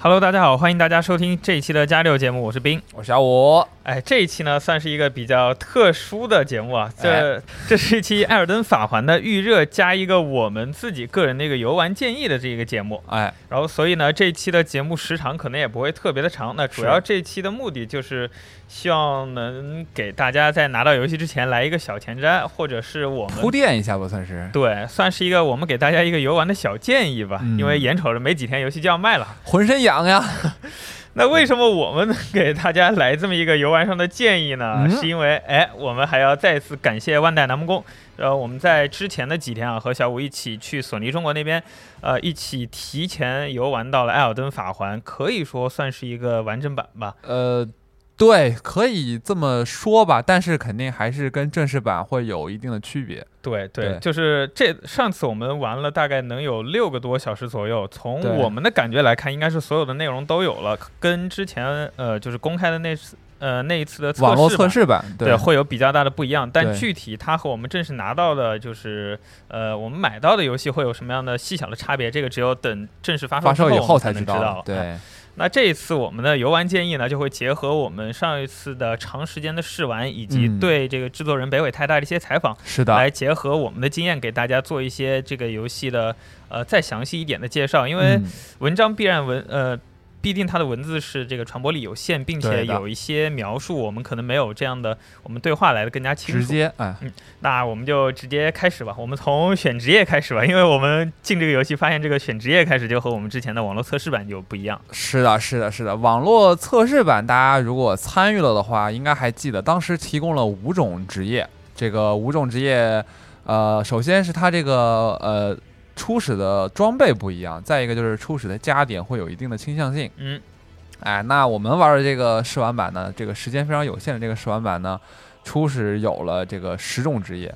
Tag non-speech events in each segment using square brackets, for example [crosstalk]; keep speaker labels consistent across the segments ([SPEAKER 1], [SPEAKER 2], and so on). [SPEAKER 1] Hello，大家好，欢迎大家收听这一期的加六节目，我是冰。
[SPEAKER 2] 我是小五，
[SPEAKER 1] 哎，这一期呢算是一个比较特殊的节目啊，
[SPEAKER 2] 哎
[SPEAKER 1] 这这是一期《艾尔登法环》的预热加一个我们自己个人的一个游玩建议的这一个节目。
[SPEAKER 2] 哎，
[SPEAKER 1] 然后，所以呢，这一期的节目时长可能也不会特别的长。那主
[SPEAKER 2] 是
[SPEAKER 1] 要这一期的目的就是希望能给大家在拿到游戏之前来一个小前瞻，或者是我
[SPEAKER 2] 铺
[SPEAKER 1] 们。
[SPEAKER 2] 垫一下吧，算是
[SPEAKER 1] 对，算是一个我们给大家一个游玩的小建议吧，因为
[SPEAKER 2] 嗯
[SPEAKER 1] 眼瞅着没几天游戏就要卖了，
[SPEAKER 2] 浑身痒呀。
[SPEAKER 1] 那为什么我们能给大家来这么一个游玩上的建议呢？
[SPEAKER 2] 嗯
[SPEAKER 1] 是因为，哎，我们还要再次感谢万代南梦宫。呃，我们在之前的几天啊，和小五一起去索尼中国那边，呃，一起提前游玩到了《艾尔登法环》，可以说算是一个完整版吧。
[SPEAKER 2] 呃，对，可以这么说吧，但是肯定还是跟正式版会有一定的区别。
[SPEAKER 1] 对对，
[SPEAKER 2] 对
[SPEAKER 1] 就是这上次我们玩了大概能有六个多小时左右，从
[SPEAKER 2] 对
[SPEAKER 1] 我们的感觉来看，应该是所有的内容都有了，跟之前呃就是公开的那次呃那一次的测试
[SPEAKER 2] 网络
[SPEAKER 1] 吧
[SPEAKER 2] 测试版，
[SPEAKER 1] 对，会有比较大的不一样。但
[SPEAKER 2] 对
[SPEAKER 1] 具体它和我们正式拿到的，就是呃，我们买到的游戏会有什么样的细小的差别，这个只有等正式发售
[SPEAKER 2] 发售
[SPEAKER 1] 之
[SPEAKER 2] 以
[SPEAKER 1] 后我
[SPEAKER 2] 后
[SPEAKER 1] 们才
[SPEAKER 2] 知
[SPEAKER 1] 能
[SPEAKER 2] 道。
[SPEAKER 1] 道。哎，
[SPEAKER 2] 对，
[SPEAKER 1] 那这一次我们的游玩建议呢，就会结合我们上一次的长时间的试玩，以及
[SPEAKER 2] 嗯
[SPEAKER 1] 对这个制作人北尾太大的一些采访，
[SPEAKER 2] 是的，
[SPEAKER 1] 来结合我们的经验，给大家做一些这个游戏的呃再详细一点的介绍。因为、
[SPEAKER 2] 嗯
[SPEAKER 1] 文章必然文呃，必定它的文字是这个传播力有限，并且
[SPEAKER 2] 对的
[SPEAKER 1] 有一些描述我们可能没有这样的我们对话来的更加清
[SPEAKER 2] 直
[SPEAKER 1] 楚。
[SPEAKER 2] 接哎，
[SPEAKER 1] 那我们就直接开始吧，我们从选职业开始吧，因为我们进这个游戏发现这个选职业开始就和我们之前的网络测试版就不一样。
[SPEAKER 2] 是的，是的，是的。网络测试版，大家如果参与了的话，应该还记得当时提供了五种职业。这个五种职业，呃，首先是它这个呃初始的装备不一样，再一个就是初始的加点会有一定的倾向性。
[SPEAKER 1] 嗯，
[SPEAKER 2] 哎，那我们玩的这个试玩版呢，这个时间非常有限的这个试玩版呢，初始有了这个十种职业，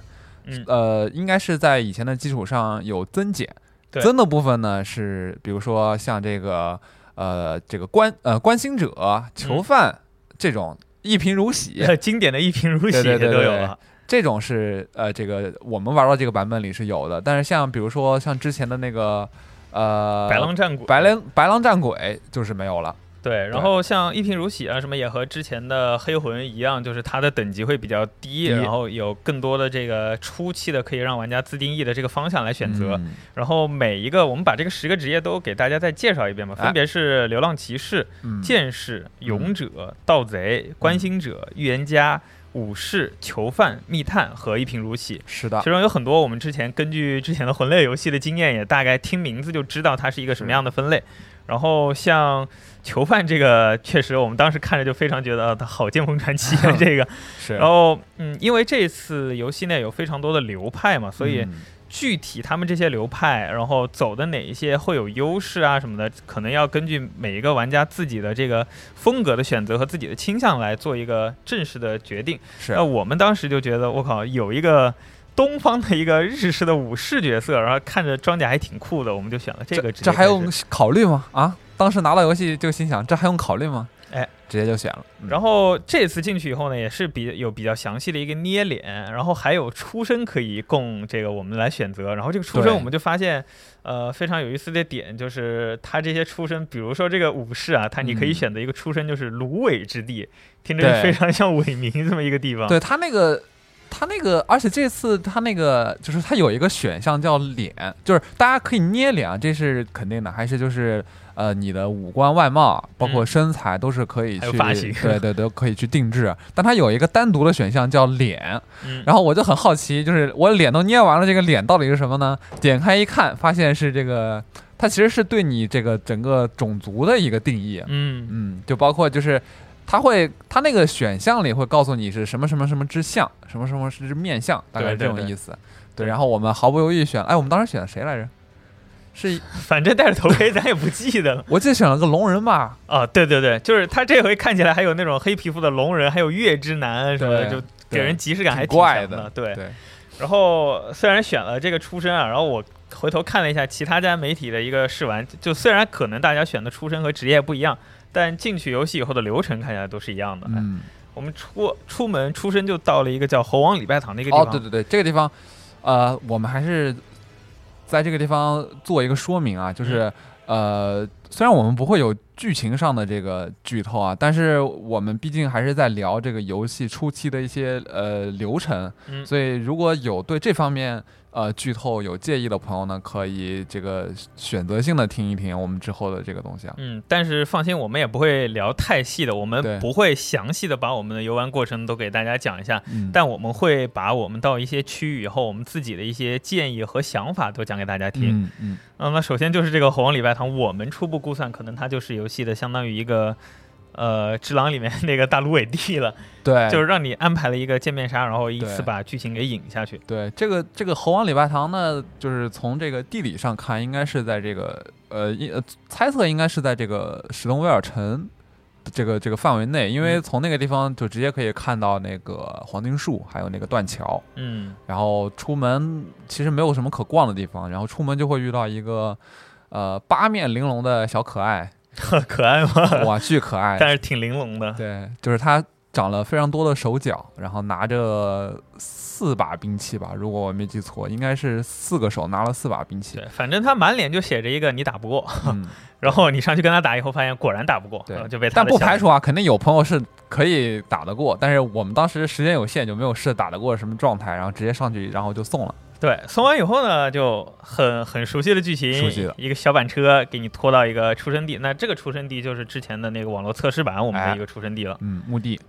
[SPEAKER 1] 嗯
[SPEAKER 2] 呃，应该是在以前的基础上有增减，
[SPEAKER 1] 对
[SPEAKER 2] 增的部分呢是比如说像这个呃这个关呃关心者、囚犯、
[SPEAKER 1] 嗯
[SPEAKER 2] 这种一贫如
[SPEAKER 1] [laughs]
[SPEAKER 2] 洗，
[SPEAKER 1] 经典的一贫如洗
[SPEAKER 2] 对对对
[SPEAKER 1] 也都有啊
[SPEAKER 2] 对
[SPEAKER 1] 了。
[SPEAKER 2] 这种是呃，这个我们玩到这个版本里是有的，但是像比如说像之前的那个呃
[SPEAKER 1] 白狼战鼓，
[SPEAKER 2] 白狼白狼战鬼就是没有了，
[SPEAKER 1] 对，然后像一贫如洗啊什么，也和之前的黑魂一样，就是它的等级会比较低，
[SPEAKER 2] 低
[SPEAKER 1] 然后有更多的这个初期的可以让玩家自定义的这个方向来选择。
[SPEAKER 2] 嗯
[SPEAKER 1] 然后每一个，我们把这个十个职业都给大家再介绍一遍吧，
[SPEAKER 2] 哎
[SPEAKER 1] 分别是流浪骑士、
[SPEAKER 2] 嗯
[SPEAKER 1] 剑士、勇者、盗贼、关心者、预言家、武士、囚犯、密探和一贫如洗。
[SPEAKER 2] 是的
[SPEAKER 1] 其，中有很多我们之前根据之前的魂类游戏的经验，也大概听名字就知道它是一个什么样的分类。然后像囚犯这个，确实我们当时看着就非常觉得啊它好剑锋传奇
[SPEAKER 2] [laughs]
[SPEAKER 1] 啊这个。
[SPEAKER 2] 是
[SPEAKER 1] 然后嗯，因为这次游戏内有非常多的流派嘛，所以。
[SPEAKER 2] 嗯
[SPEAKER 1] 具体他们这些流派，然后走的哪一些会有优势啊什么的，可能要根据每一个玩家自己的这个风格的选择和自己的倾向来做一个正式的决定。
[SPEAKER 2] 是啊
[SPEAKER 1] 那我们当时就觉得，我靠，有一个东方的一个日式的武士角色，然后看着装甲还挺酷的，我们就选了这个直接
[SPEAKER 2] 这
[SPEAKER 1] 开
[SPEAKER 2] 还
[SPEAKER 1] 始
[SPEAKER 2] 用考虑吗？啊，当时拿到游戏就心想，这还用考虑吗？
[SPEAKER 1] 哎，
[SPEAKER 2] 直接就选了。嗯
[SPEAKER 1] 然后这次进去以后呢，也是比有比较详细的一个捏脸，然后还有出身可以供这个我们来选择。然后这个出身
[SPEAKER 2] 对
[SPEAKER 1] 我们就发现，呃，非常有意思的点就是它这些出身，比如说这个武士啊，它你可以
[SPEAKER 2] 嗯
[SPEAKER 1] 选择一个出身就是芦苇之地，听着就
[SPEAKER 2] 对
[SPEAKER 1] 非常像伟民这么一个地方。
[SPEAKER 2] 对他那个，他那个，而且这次他那个就是他有一个选项叫脸，就是大家可以捏脸啊，这是肯定的，还是就是呃你的五官外貌，包括
[SPEAKER 1] 嗯
[SPEAKER 2] 身材都是可以
[SPEAKER 1] 还有
[SPEAKER 2] 去，
[SPEAKER 1] 发型
[SPEAKER 2] 对对都可以去定制。啊但他有一个单独的选项叫脸，
[SPEAKER 1] 嗯，
[SPEAKER 2] [laughs] 然后我就很好奇，就是我脸都捏完了，这个脸到底是什么呢？点开一看，发现是这个，它其实是对你这个整个种族的一个定义。
[SPEAKER 1] 嗯
[SPEAKER 2] 嗯，就包括就是它会它那个选项里会告诉你是什么什么什么之相，什么什么是面相，大概是
[SPEAKER 1] 对
[SPEAKER 2] 这
[SPEAKER 1] 对
[SPEAKER 2] 种
[SPEAKER 1] 对
[SPEAKER 2] 意思。
[SPEAKER 1] 对
[SPEAKER 2] 然后我们毫不犹豫选，哎，我们当时选的谁来着？是
[SPEAKER 1] 反正戴着头盔咱也不记得了
[SPEAKER 2] 我记得选了个龙人吧？
[SPEAKER 1] 啊。对对对，就是他这回看起来还有那种黑皮肤的龙人，还有月之男什么的，
[SPEAKER 2] 对
[SPEAKER 1] 就给人即视感还
[SPEAKER 2] 挺怪
[SPEAKER 1] 强
[SPEAKER 2] 的
[SPEAKER 1] 对。
[SPEAKER 2] 对，
[SPEAKER 1] 然后虽然选了这个出身啊，然后我回头看了一下其他家媒体的一个试玩，就虽然可能大家选的出身和职业不一样，但进去游戏以后的流程看起来都是一样的。哎
[SPEAKER 2] 嗯，
[SPEAKER 1] 我们出出门出身就到了一个叫猴王礼拜堂的一个地
[SPEAKER 2] 哦
[SPEAKER 1] 方，，
[SPEAKER 2] 对对对，这个地方，呃，我们还是
[SPEAKER 1] 嗯
[SPEAKER 2] 在这个地方做一个说明啊，就是、呃，虽然我们不会有剧情上的这个剧透啊，但是我们毕竟还是在聊这个游戏初期的一些呃流程，
[SPEAKER 1] 嗯
[SPEAKER 2] 所以如果有对这方面呃剧透有介意的朋友呢，可以这个选择性的听一听我们之后的这个东西啊。
[SPEAKER 1] 嗯，但是放心，我们也不会聊太细的，我
[SPEAKER 2] 对
[SPEAKER 1] 们不会详细的把我们的游玩过程都给大家讲一下，
[SPEAKER 2] 嗯，
[SPEAKER 1] 但我们会把我们到一些区域以后，我们自己的一些建议和想法都讲给大家听。
[SPEAKER 2] 嗯嗯，
[SPEAKER 1] 嗯，那首先就是这个《猴王礼拜堂》，我们初步估算，可能它就是游戏的相当于一个。呃，智狼里面那个大芦苇地了，
[SPEAKER 2] 对，
[SPEAKER 1] 就是让你安排了一个见面杀，然后依
[SPEAKER 2] 对
[SPEAKER 1] 次把剧情给引下去。
[SPEAKER 2] 对，这个这个猴王礼拜堂呢，就是从这个地理上看，应该是在这个呃，一呃猜测应该是在这个史东威尔城这个这个范围内，因为
[SPEAKER 1] 嗯
[SPEAKER 2] 从那个地方就直接可以看到那个黄金树，还有那个断桥。
[SPEAKER 1] 嗯，
[SPEAKER 2] 然后出门其实没有什么可逛的地方，然后出门就会遇到一个呃八面玲珑的小可爱，
[SPEAKER 1] 嗯可爱吗？
[SPEAKER 2] 哇，巨可爱！
[SPEAKER 1] 但是挺玲珑的。
[SPEAKER 2] 对，就是他长了非常多的手脚，然后拿着四把兵器吧，如果我没记错，应该是四个手拿了四把兵器。
[SPEAKER 1] 对， [laughs] 反正他满脸就写着一个你打不过，
[SPEAKER 2] 嗯，
[SPEAKER 1] 然后你上去跟他打以后，发现果然打不过，
[SPEAKER 2] 对
[SPEAKER 1] 然后就被他
[SPEAKER 2] 但
[SPEAKER 1] 的
[SPEAKER 2] 不
[SPEAKER 1] 小
[SPEAKER 2] 排除啊，肯定有朋友是可以打得过，但是我们当时时间有限，就没有试打得过什么状态，然后直接上去，然后就送了。
[SPEAKER 1] 对送完以后呢，就很很熟悉的剧情，
[SPEAKER 2] 熟悉的
[SPEAKER 1] 一个小板车给你拖到一个出生地，那这个出生地就是之前的那个网络测试版我们
[SPEAKER 2] 哎
[SPEAKER 1] 的一个出生地了。
[SPEAKER 2] 嗯，墓地。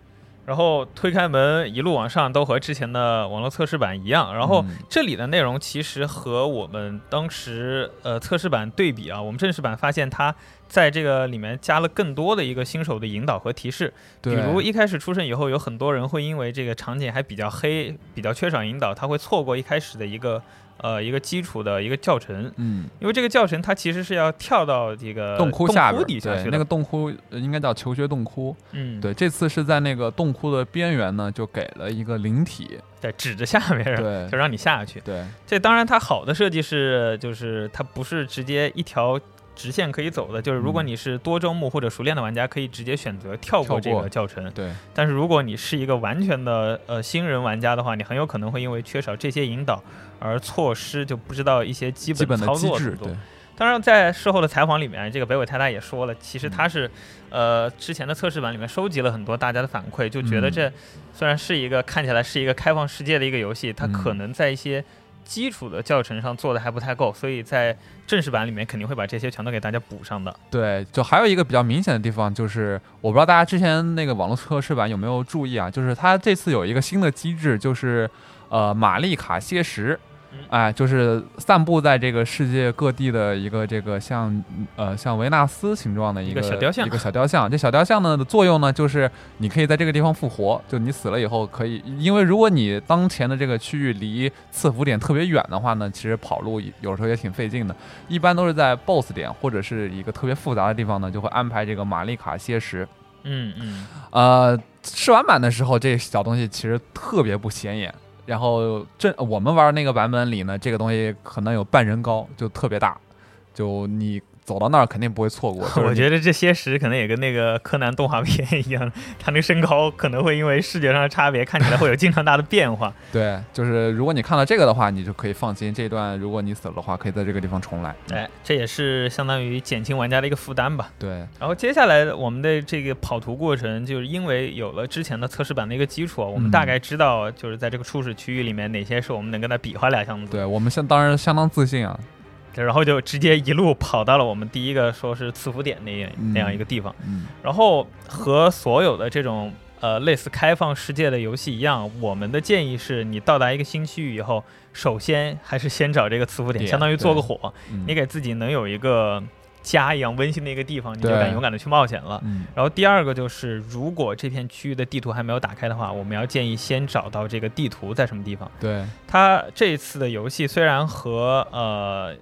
[SPEAKER 1] 然后推开门一路往上，都和之前的网络测试版一样。然后
[SPEAKER 2] 嗯
[SPEAKER 1] 这里的内容其实和我们当时呃测试版对比啊，我们正式版发现它在这个里面加了更多的一个新手的引导和提示。比
[SPEAKER 2] 对，
[SPEAKER 1] 如一开始出生以后，有很多人会因为这个场景还比较黑，比较缺少引导，他会错过一开始的一个呃一个基础的一个教程，
[SPEAKER 2] 嗯，
[SPEAKER 1] 因为这个教程它其实是要跳到这个
[SPEAKER 2] 洞窟下边儿，
[SPEAKER 1] 呃底下
[SPEAKER 2] 对
[SPEAKER 1] 去，的。
[SPEAKER 2] 那个洞窟呃应该叫求学洞窟。
[SPEAKER 1] 嗯，
[SPEAKER 2] 对，这次是在那个洞窟的边缘呢，就给了一个灵体。
[SPEAKER 1] 对，指着下面人
[SPEAKER 2] 对
[SPEAKER 1] 就让你下去。
[SPEAKER 2] 对，
[SPEAKER 1] 这当然，它好的设计是，就是它不是直接一条直线可以走的，就是如果
[SPEAKER 2] 嗯
[SPEAKER 1] 你是多周目或者熟练的玩家，可以直接选择跳过
[SPEAKER 2] 跳
[SPEAKER 1] 这
[SPEAKER 2] 过
[SPEAKER 1] 个教程。
[SPEAKER 2] 对，
[SPEAKER 1] 但是如果你是一个完全的呃新人玩家的话，你很有可能会因为缺少这些引导而错失，就不知道一些基
[SPEAKER 2] 基
[SPEAKER 1] 本
[SPEAKER 2] 本的
[SPEAKER 1] 操
[SPEAKER 2] 机
[SPEAKER 1] 作
[SPEAKER 2] 制
[SPEAKER 1] 动，作
[SPEAKER 2] 对，
[SPEAKER 1] 当然，在事后的采访里面，这个北尾太太也说了，其实他是，呃，之前的测试版里面收集了很多大家的反馈，就觉得
[SPEAKER 2] 嗯
[SPEAKER 1] 这虽然是一个看起来是一个开放世界的一个游戏，它
[SPEAKER 2] 嗯
[SPEAKER 1] 可能在一些基础的教程上做的还不太够，所以在正式版里面肯定会把这些全都给大家补上的。
[SPEAKER 2] 对，就还有一个比较明显的地方就是，我不知道大家之前那个网络测试版有没有注意啊，就是它这次有一个新的机制，就是呃玛丽卡楔石
[SPEAKER 1] 嗯。
[SPEAKER 2] 哎，就是散布在这个世界各地的一个这个像呃像维纳斯形状的一
[SPEAKER 1] 一
[SPEAKER 2] 个
[SPEAKER 1] 个小雕像
[SPEAKER 2] 一个小雕像。这小雕像呢的作用呢，就是你可以在这个地方复活，就你死了以后可以，因为如果你当前的这个区域离赐福点特别远的话呢，其实跑路有时候也挺费劲的。一般都是在 BOSS 点或者是一个特别复杂的地方呢，就会安排这个玛丽卡楔石。
[SPEAKER 1] 嗯 [laughs] 嗯，
[SPEAKER 2] 呃，试玩版的时候，这小东西其实特别不显眼。然后这呃我们玩那个版本里呢，这个东西可能有半人高，就特别大，就你走到那儿肯定不会错过。就是
[SPEAKER 1] [laughs] 我
[SPEAKER 2] 你
[SPEAKER 1] 觉得这些石可能也跟那个柯南动画片一样，它那个身高可能会因为视觉上的差别，看起来会有经常大的变化。
[SPEAKER 2] 对，就是如果你看到这个的话，你就可以放心，这一段如果你死了的话，可以在这个地方重来。
[SPEAKER 1] [laughs] 哎，这也是相当于减轻玩家的一个负担吧。
[SPEAKER 2] 对，
[SPEAKER 1] 然后接下来我们的这个跑图过程，就是因为有了之前的测试版的一个基础，啊我
[SPEAKER 2] 嗯
[SPEAKER 1] 们大概知道就是在这个初始区域里面哪些是我们能跟它比划两项的，
[SPEAKER 2] 对我们现当然相当自信啊，
[SPEAKER 1] 对然后就直接一路跑到了我们第一个说是赐福点那样
[SPEAKER 2] 嗯
[SPEAKER 1] 那样一个地方，
[SPEAKER 2] 嗯，
[SPEAKER 1] 然后和所有的这种。呃，类似开放世界的游戏一样，我们的建议是你到达一个新区域以后，首先还是先找这个赐福点，
[SPEAKER 2] 点
[SPEAKER 1] 相当于做个
[SPEAKER 2] 对
[SPEAKER 1] 火，
[SPEAKER 2] 嗯
[SPEAKER 1] 你给自己能有一个家一样温馨的一个地方，你就
[SPEAKER 2] 对啊
[SPEAKER 1] 敢勇敢的去冒险了。
[SPEAKER 2] 嗯
[SPEAKER 1] 然后第二个就是，如果这片区域的地图还没有打开的话，我们要建议先找到这个地图在什么地方。
[SPEAKER 2] 对，
[SPEAKER 1] 它这一次的游戏虽然和呃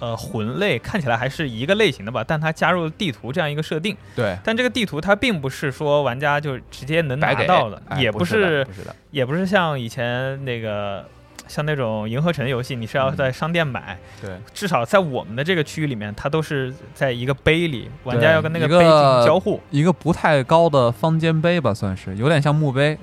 [SPEAKER 1] 呃魂类看起来还是一个类型的吧，但它加入了地图这样一个设定，
[SPEAKER 2] 对，
[SPEAKER 1] 但这个地图它并不是说玩家就直接能拿
[SPEAKER 2] 白给
[SPEAKER 1] 到的，
[SPEAKER 2] 哎
[SPEAKER 1] 也
[SPEAKER 2] 不
[SPEAKER 1] 是
[SPEAKER 2] 的不是的，
[SPEAKER 1] 也不是像以前那个。像那种银河城游戏，你是要在商店买，
[SPEAKER 2] 对。
[SPEAKER 1] 至少在我们的这个区域里面，它都是在一个杯里，玩家
[SPEAKER 2] 对
[SPEAKER 1] 要跟那
[SPEAKER 2] 一
[SPEAKER 1] 杯进
[SPEAKER 2] 个
[SPEAKER 1] 行交互。
[SPEAKER 2] 一个不太高的方尖碑吧，算是有点像墓碑。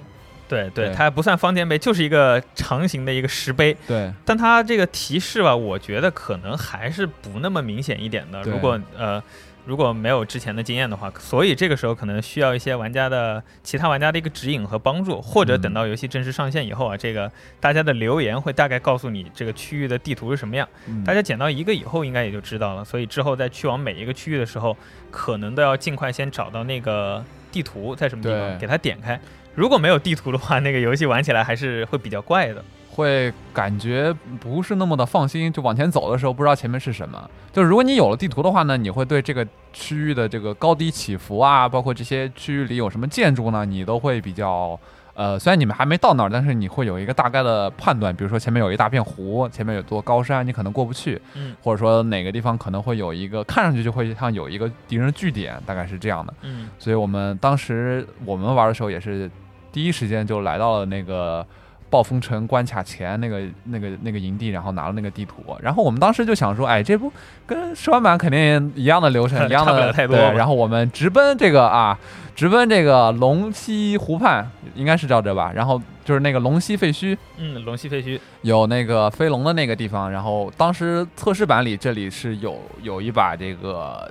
[SPEAKER 1] 对对，
[SPEAKER 2] 对
[SPEAKER 1] 它不算方尖碑，就是一个长形的一个石碑，
[SPEAKER 2] 对，
[SPEAKER 1] 但它这个提示吧，我觉得可能还是不那么明显一点的。
[SPEAKER 2] 对
[SPEAKER 1] 如果呃如果没有之前的经验的话，所以这个时候可能需要一些玩家的其他玩家的一个指引和帮助，或者
[SPEAKER 2] 嗯
[SPEAKER 1] 等到游戏正式上线以后啊，这个大家的留言会大概告诉你这个区域的地图是什么样。
[SPEAKER 2] 嗯
[SPEAKER 1] 大家捡到一个以后，应该也就知道了。所以之后在去往每一个区域的时候，可能都要尽快先找到那个地图在什么地
[SPEAKER 2] 对
[SPEAKER 1] 方，给它点开。如果没有地图的话，那个游戏玩起来还是会比较怪的。
[SPEAKER 2] 会感觉不是那么的放心，就往前走的时候不知道前面是什么。就是如果你有了地图的话呢，你会对这个区域的这个高低起伏啊，包括这些区域里有什么建筑呢，你都会比较。呃，虽然你们还没到那儿，但是你会有一个大概的判断，比如说前面有一大片湖，前面有座高山，你可能过不去，
[SPEAKER 1] 嗯
[SPEAKER 2] 或者说哪个地方可能会有一个看上去就会像有一个敌人的据点，大概是这样的。
[SPEAKER 1] 嗯
[SPEAKER 2] 所以我们当时我们玩的时候也是第一时间就来到了那个暴风城关卡前那个那个那个营地，然后拿了那个地图。然后我们当时就想说，哎，这不跟试玩版肯定一样的
[SPEAKER 1] [laughs]
[SPEAKER 2] 流程，一样
[SPEAKER 1] 差不
[SPEAKER 2] 的
[SPEAKER 1] 了太多
[SPEAKER 2] 对
[SPEAKER 1] 吧
[SPEAKER 2] 然后我们直奔这个啊，直奔这个龙溪湖畔，应该是叫这吧？然后就是那个龙溪废墟。
[SPEAKER 1] 嗯，龙溪废墟，
[SPEAKER 2] 有那个飞龙的那个地方，然后当时测试版里这里是有有一把这个。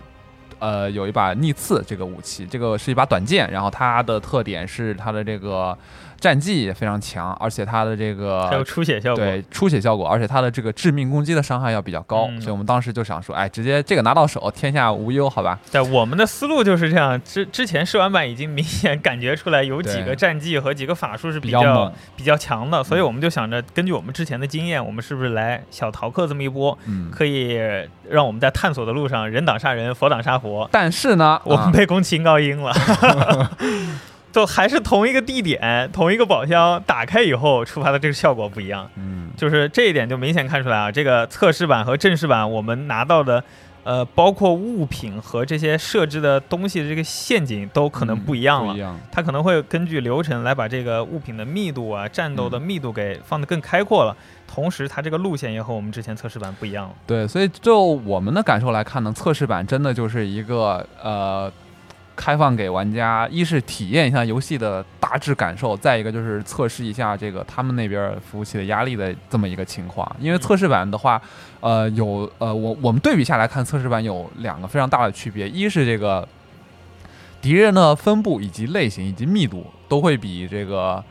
[SPEAKER 2] 呃，有一把逆刺这个武器，这个是一把短剑，然后它的特点是它的这个战技也非常强，而且它的这个
[SPEAKER 1] 还有出血效果。
[SPEAKER 2] 啊对出血效果，而且它的这个致命攻击的伤害要比较高，
[SPEAKER 1] 嗯
[SPEAKER 2] 所以我们当时就想说，哎，直接这个拿到手，天下无忧，好吧？
[SPEAKER 1] 对，我们的思路就是这样。之之前试玩版已经明显感觉出来有几
[SPEAKER 2] 对
[SPEAKER 1] 个战技和几个法术是
[SPEAKER 2] 比
[SPEAKER 1] 比较
[SPEAKER 2] 较猛，嗯
[SPEAKER 1] 比较强的，所以我们就想着，根据我们之前的经验，我们是不是来小逃课这么一波，
[SPEAKER 2] 嗯。
[SPEAKER 1] 可以让我们在探索的路上人挡杀人，佛挡杀佛。
[SPEAKER 2] 但是呢，
[SPEAKER 1] 我
[SPEAKER 2] 啊
[SPEAKER 1] 们被宫崎英高阴
[SPEAKER 2] [laughs]
[SPEAKER 1] 了，就还是同一个地点、同一个宝箱，打开以后触发的这个效果不一样。
[SPEAKER 2] 嗯，
[SPEAKER 1] 就是这一点就明显看出来啊，这个测试版和正式版我们拿到的，呃，包括物品和这些设置的东西的这个陷阱都可能不一样了。
[SPEAKER 2] 嗯不一样，
[SPEAKER 1] 它可能会根据流程来把这个物品的密度啊、战
[SPEAKER 2] 嗯
[SPEAKER 1] 斗的密度给放得更开阔了，同时它这个路线也和我们之前测试版不一样了。
[SPEAKER 2] 对，所以就我们的感受来看呢，测试版真的就是一个呃，开放给玩家，一是体验一下游戏的大致感受，再一个就是测试一下这个他们那边服务器的压力的这么一个情况。因为
[SPEAKER 1] 嗯
[SPEAKER 2] 测试版的话，呃，有呃，我我们对比下来看，测试版有两个非常大的区别，一是这个敌人的分布以及类型以及密度都会比这个。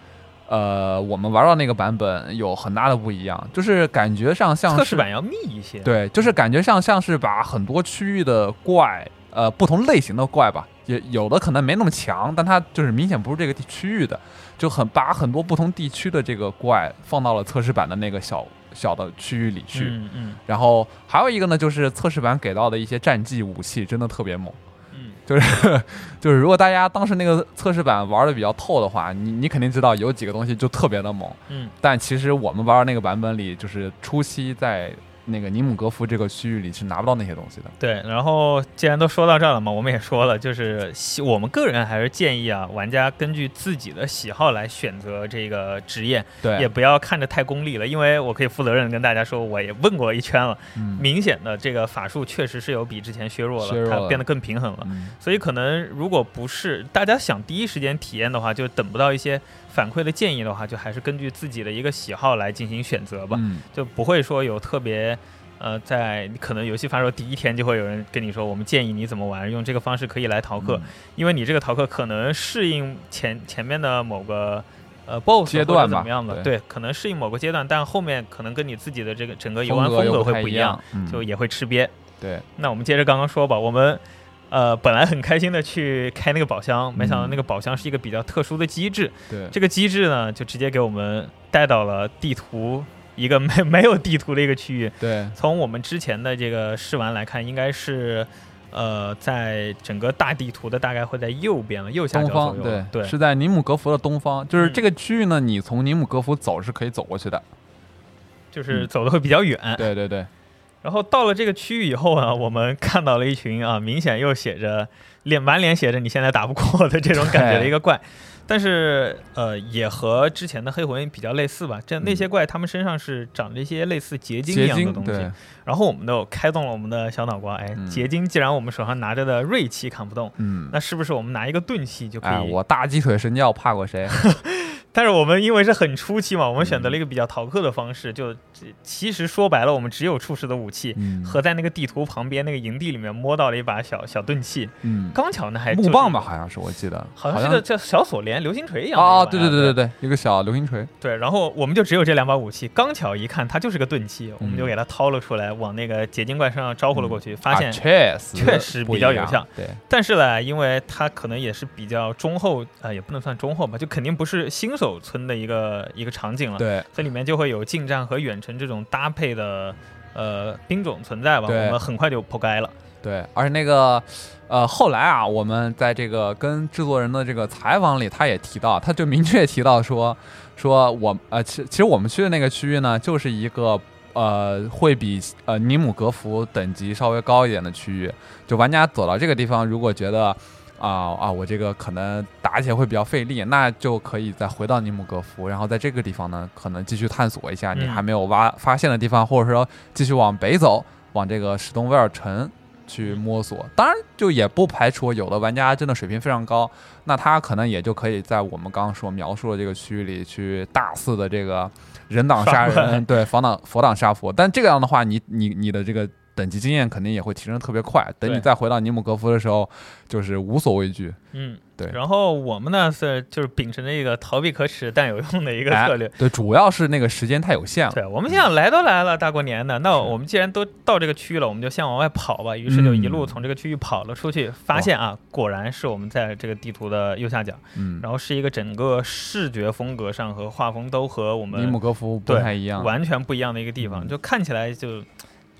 [SPEAKER 2] 呃，我们玩到那个版本有很大的不一样，就是感觉上像
[SPEAKER 1] 测
[SPEAKER 2] 是
[SPEAKER 1] 试版要密一些，，
[SPEAKER 2] 对，就是感觉上像是把很多区域的怪，呃，不同类型的怪吧，也有的可能没那么强，但它就是明显不是这个地区域的，就很把很多不同地区的这个怪放到了测试版的那个小小的区域里去。
[SPEAKER 1] 嗯嗯
[SPEAKER 2] 然后还有一个呢，就是测试版给到的一些战技武器真的特别猛。
[SPEAKER 1] 嗯，
[SPEAKER 2] 就是如果大家当时那个测试版玩的比较透的话，你你肯定知道有几个东西就特别的猛，
[SPEAKER 1] 嗯，
[SPEAKER 2] 但其实我们玩的那个版本里，就是初期在那个尼姆格夫这个区域里是拿不到那些东西的。
[SPEAKER 1] 对。然后既然都说到这儿了嘛，我们也说了，就是希我们个人还是建议啊，玩家根据自己的喜好来选择这个职业，也
[SPEAKER 2] 对，
[SPEAKER 1] 不要看着太功利了，因为我可以负责任地跟大家说，我也问过一圈了，
[SPEAKER 2] 嗯
[SPEAKER 1] 明显的这个法术确实是有比之前削弱了，
[SPEAKER 2] 削弱了
[SPEAKER 1] 它变得更平衡了。
[SPEAKER 2] 嗯
[SPEAKER 1] 所以可能如果不是大家想第一时间体验的话，就等不到一些反馈的建议的话，就还是根据自己的一个喜好来进行选择吧，
[SPEAKER 2] 嗯
[SPEAKER 1] 就不会说有特别。呃，在可能游戏发售第一天就会有人跟你说，我们建议你怎么玩，用这个方式可以来逃
[SPEAKER 2] 嗯
[SPEAKER 1] 课，因为你这个逃课可能适应前前面的某个呃 BOSS
[SPEAKER 2] 阶段
[SPEAKER 1] 或者怎
[SPEAKER 2] 吧
[SPEAKER 1] 么样的，对，可能适应某个阶段，但后面可能跟你自己的这个整个游
[SPEAKER 2] 风
[SPEAKER 1] 玩
[SPEAKER 2] 格
[SPEAKER 1] 风
[SPEAKER 2] 又
[SPEAKER 1] 格
[SPEAKER 2] 不
[SPEAKER 1] 会
[SPEAKER 2] 太
[SPEAKER 1] 不
[SPEAKER 2] 一
[SPEAKER 1] 一样，，
[SPEAKER 2] 嗯
[SPEAKER 1] 就也会吃瘪。
[SPEAKER 2] 对，
[SPEAKER 1] 那我们接着刚刚说吧，我们呃本来很开心的去开那个宝箱，没想
[SPEAKER 2] 嗯
[SPEAKER 1] 到那个宝箱是一个比较特殊的机制，
[SPEAKER 2] 对，
[SPEAKER 1] 这个机制呢就直接给我们带到了地图一个没 [laughs] 没有地图的一个区域。
[SPEAKER 2] 对，
[SPEAKER 1] 从我们之前的这个试玩来看，应该是。呃，在整个大地图的大概会在右边了，右下角
[SPEAKER 2] 东
[SPEAKER 1] 左
[SPEAKER 2] 方
[SPEAKER 1] 右
[SPEAKER 2] 对
[SPEAKER 1] 了。对，
[SPEAKER 2] 是在尼姆格夫的东方，就是
[SPEAKER 1] 嗯
[SPEAKER 2] 这个区域呢，你从尼姆格夫走是可以走过去的。
[SPEAKER 1] 就是走的会比较远。
[SPEAKER 2] 嗯对对对，
[SPEAKER 1] 然后到了这个区域以后啊，我们看到了一群啊，明显又写着脸满脸写着你现在打不过的这种感觉的一个怪，但是呃，也和之前的黑魂比较类似吧。这那些怪他们身上是长着一些类似结晶一
[SPEAKER 2] 嗯结
[SPEAKER 1] 样的
[SPEAKER 2] 晶
[SPEAKER 1] 东
[SPEAKER 2] 对
[SPEAKER 1] 西。，然后我们都开动了我们的小脑瓜，哎
[SPEAKER 2] 嗯，
[SPEAKER 1] 结晶既然我们手上拿着的锐器砍不动，
[SPEAKER 2] 嗯，
[SPEAKER 1] 那是不是我们拿一个钝器就可
[SPEAKER 2] 哎，
[SPEAKER 1] 以 [laughs]
[SPEAKER 2] 我大鸡腿神教怕过谁？
[SPEAKER 1] 但是我们因为是很初期嘛，我们选
[SPEAKER 2] 嗯
[SPEAKER 1] 择了一个比较逃课的方式，就其实说白了，我们只有触式的武器。
[SPEAKER 2] 嗯
[SPEAKER 1] 和在那个地图旁边那个营地里面摸到了一把小小钝器，
[SPEAKER 2] 嗯，
[SPEAKER 1] 刚巧呢还
[SPEAKER 2] 木
[SPEAKER 1] 哎就是
[SPEAKER 2] 棒吧，，好像是我记得，
[SPEAKER 1] 好
[SPEAKER 2] 好
[SPEAKER 1] 像是
[SPEAKER 2] 像
[SPEAKER 1] 个叫小锁链、流星锤一样的
[SPEAKER 2] 哦，
[SPEAKER 1] 一个玩意
[SPEAKER 2] 对对
[SPEAKER 1] 儿
[SPEAKER 2] 对对对，一个小流星锤，
[SPEAKER 1] 对，然后我们就只有这两把武器，刚巧一看它就是个钝器，我们就
[SPEAKER 2] 嗯
[SPEAKER 1] 给它掏了出来，往那个结晶怪身上招呼了过去，发现，
[SPEAKER 2] 啊确实
[SPEAKER 1] 确实
[SPEAKER 2] 不
[SPEAKER 1] 比
[SPEAKER 2] 一
[SPEAKER 1] 较有
[SPEAKER 2] 样
[SPEAKER 1] 效，
[SPEAKER 2] 对，
[SPEAKER 1] 但是呢，因为它可能也是比较中后，呃，也不能算中后吧，就肯定不是新手村的一个一个场景了，
[SPEAKER 2] 对，
[SPEAKER 1] 这里面就会有近战和远程这种搭配的。呃，兵种存在吧，
[SPEAKER 2] 对
[SPEAKER 1] 我们很快就破开了。
[SPEAKER 2] 对，而且那个，呃，后来啊，我们在这个跟制作人的这个采访里，他也提到，他就明确提到说， [laughs] 说我呃，其其实我们去的那个区域呢，就是一个呃，会比呃尼姆格福等级稍微高一点的区域。就玩家走到这个地方，如果觉得啊啊、我这个可能打起来会比较费力，那就可以再回到尼姆格福，然后在这个地方呢，可能继续探索一下你
[SPEAKER 1] 嗯
[SPEAKER 2] 还没有挖发现的地方，或者说继续往北走，往这个史东威尔城去摸索。当然，就也不排除有的玩家真的水平非常高，那他可能也就可以在我们刚刚所描述的这个区域里去大肆的这个人挡杀
[SPEAKER 1] 杀
[SPEAKER 2] 人，对，防挡佛挡杀佛。但这个样的话，你你你的这个等级经验肯定也会提升得特别快。等你
[SPEAKER 1] 对
[SPEAKER 2] 再回到尼姆格夫的时候，就是无所畏惧。
[SPEAKER 1] 嗯，
[SPEAKER 2] 对
[SPEAKER 1] 然后我们呢是就是秉承着一个逃避可耻但有用的一个
[SPEAKER 2] [laughs] 哎啊
[SPEAKER 1] 策略，
[SPEAKER 2] 对，主要是那个时间太有限了。
[SPEAKER 1] 对，我们想来都来了，大过年
[SPEAKER 2] 嗯
[SPEAKER 1] 的，那我们既然都到这个区域了，我们就先往外跑吧。于是就一路
[SPEAKER 2] 嗯
[SPEAKER 1] 从这个区域跑了出去，发现啊，果然是我们在这个地图的右下角，
[SPEAKER 2] 嗯，
[SPEAKER 1] 然后是一个整个视觉风格上和画风都和我
[SPEAKER 2] 尼姆
[SPEAKER 1] 们
[SPEAKER 2] 格夫不
[SPEAKER 1] 对
[SPEAKER 2] 太一样。
[SPEAKER 1] 完全不一样的一个地方，
[SPEAKER 2] 嗯
[SPEAKER 1] 就看起来就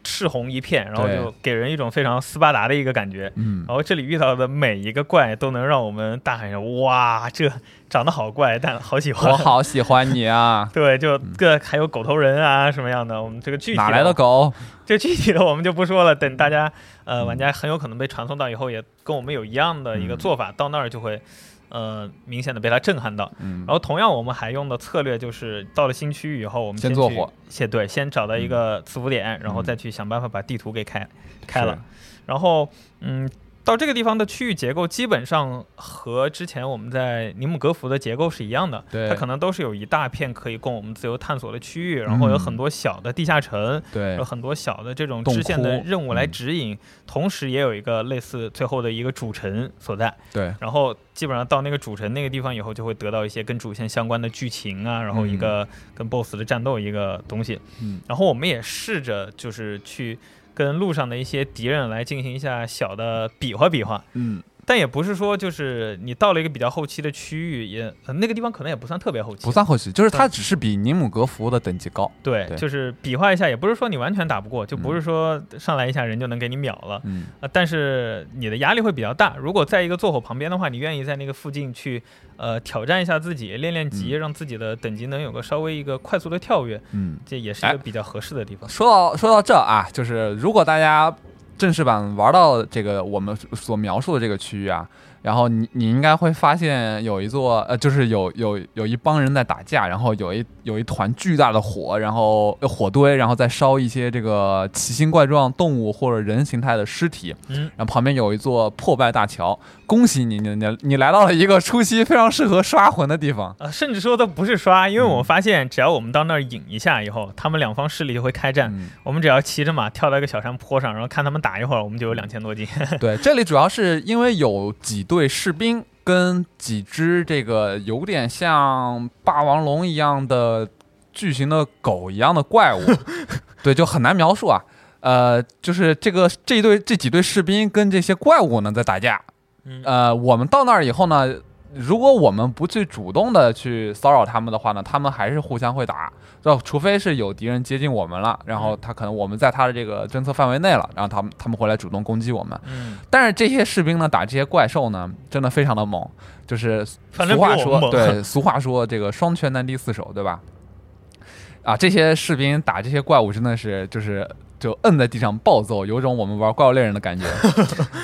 [SPEAKER 1] 赤红一片，然后
[SPEAKER 2] 对
[SPEAKER 1] 就给人一种非常斯巴达的一个感觉。
[SPEAKER 2] 嗯，
[SPEAKER 1] 然后这里遇到的每一个怪都能让我们大喊一声：“哇，这长得好怪，但 [laughs] 好喜欢。”！
[SPEAKER 2] 我好喜欢你啊
[SPEAKER 1] 对，就各还有狗头人啊什么样的，我们这 [laughs] 个具体
[SPEAKER 2] 哪来的狗？
[SPEAKER 1] 这具体的我们就不说了，等大家呃
[SPEAKER 2] 嗯
[SPEAKER 1] 玩家很有可能被传送到以后，也跟我们有一样的一个做法，到那儿就会呃明显的被他震撼到。
[SPEAKER 2] 嗯
[SPEAKER 1] 然，后同样我们还用的策略就是到了新区域以后，我们
[SPEAKER 2] 先
[SPEAKER 1] 去
[SPEAKER 2] 做火，
[SPEAKER 1] 先对，先找到一个伺服点，然后
[SPEAKER 2] 嗯
[SPEAKER 1] 再去想办法把地图给开开了
[SPEAKER 2] 是。。
[SPEAKER 1] 然后嗯，到这个地方的区域结构基本上和之前我们在尼姆格福的结构是一样的，
[SPEAKER 2] 对
[SPEAKER 1] 它可能都是有一大片可以供我们自由探索的区域，然后有很多小的地下城。
[SPEAKER 2] 嗯对
[SPEAKER 1] 有，很多小的这种
[SPEAKER 2] 洞
[SPEAKER 1] 支线的
[SPEAKER 2] 窟
[SPEAKER 1] 任务来
[SPEAKER 2] 嗯
[SPEAKER 1] 指引，同时也有一个类似最后的一个主城所在。
[SPEAKER 2] 对，
[SPEAKER 1] 然后基本上到那个主城那个地方以后，就会得到一些跟主线相关的剧情啊，然后一
[SPEAKER 2] 嗯
[SPEAKER 1] 个跟 BOSS 的战斗一个东西。
[SPEAKER 2] 嗯，
[SPEAKER 1] 然后我们也试着就是去跟路上的一些敌人来进行一下小的比划比划。
[SPEAKER 2] 嗯，
[SPEAKER 1] 但也不是说，就是你到了一个比较后期的区域，也、呃那个地方可能也不算特别后期，
[SPEAKER 2] 不算后期，就是它只是比尼姆格夫的等级高。
[SPEAKER 1] 对，
[SPEAKER 2] 对
[SPEAKER 1] 就是比划一下，也不是说你完全打不过，就不是说上来一下人就能给你秒了。
[SPEAKER 2] 嗯，
[SPEAKER 1] 呃，但是你的压力会比较大。如果在一个坐火旁边的话，你愿意在那个附近去，呃，挑战一下自己，练练级，让自己的等级能有个稍微一个快速的跳跃，
[SPEAKER 2] 嗯，
[SPEAKER 1] 这也是一个比较合适的地方。
[SPEAKER 2] 说到说到这啊，就是如果大家正式版玩到这个我们所描述的这个区域啊，然后你你应该会发现有一座呃，就是有有有一帮人在打架，然后有一有一团巨大的火，然后呃火堆，然后再烧一些这个奇形怪状动物或者人形态的尸体，
[SPEAKER 1] 嗯，
[SPEAKER 2] 然后旁边有一座破败大桥。恭喜你，你你你来到了一个初期非常适合刷魂的地方。
[SPEAKER 1] 呃，甚至说都不是刷，因为我们
[SPEAKER 2] 嗯
[SPEAKER 1] 发现，只要我们到那儿引一下以后，他们两方势力就会开战。
[SPEAKER 2] 嗯，
[SPEAKER 1] 我们只要骑着马跳到一个小山坡上，然后看他们打一会儿，我们就有两千多斤。
[SPEAKER 2] [laughs] 对，这里主要是因为有几队士兵跟几只这个有点像霸王龙一样的巨型的狗一样的怪物，对，就很难描述啊。呃，就是这个这一队这几队士兵跟这些怪物呢在打架。
[SPEAKER 1] [laughs] 嗯
[SPEAKER 2] 呃，我们到那儿以后呢，如果我们不去主动的去骚扰他们的话呢，他们还是互相会打。就除非是有敌人接近我们了，然后他可能我们在他的这个侦测范围内了，然后他们他们会来主动攻击我们。
[SPEAKER 1] 嗯，
[SPEAKER 2] 但是这些士兵呢，打这些怪兽呢，真的非常的猛。就是
[SPEAKER 1] 反正
[SPEAKER 2] 俗
[SPEAKER 1] 比我
[SPEAKER 2] 话
[SPEAKER 1] 们
[SPEAKER 2] 说，
[SPEAKER 1] 猛。
[SPEAKER 2] 对， [laughs] 俗话说这个双拳难敌四手，对吧？啊，这些士兵打这些怪物真的是就是就摁在地上暴揍，
[SPEAKER 1] [laughs]
[SPEAKER 2] 有种我们玩怪物猎人的感觉。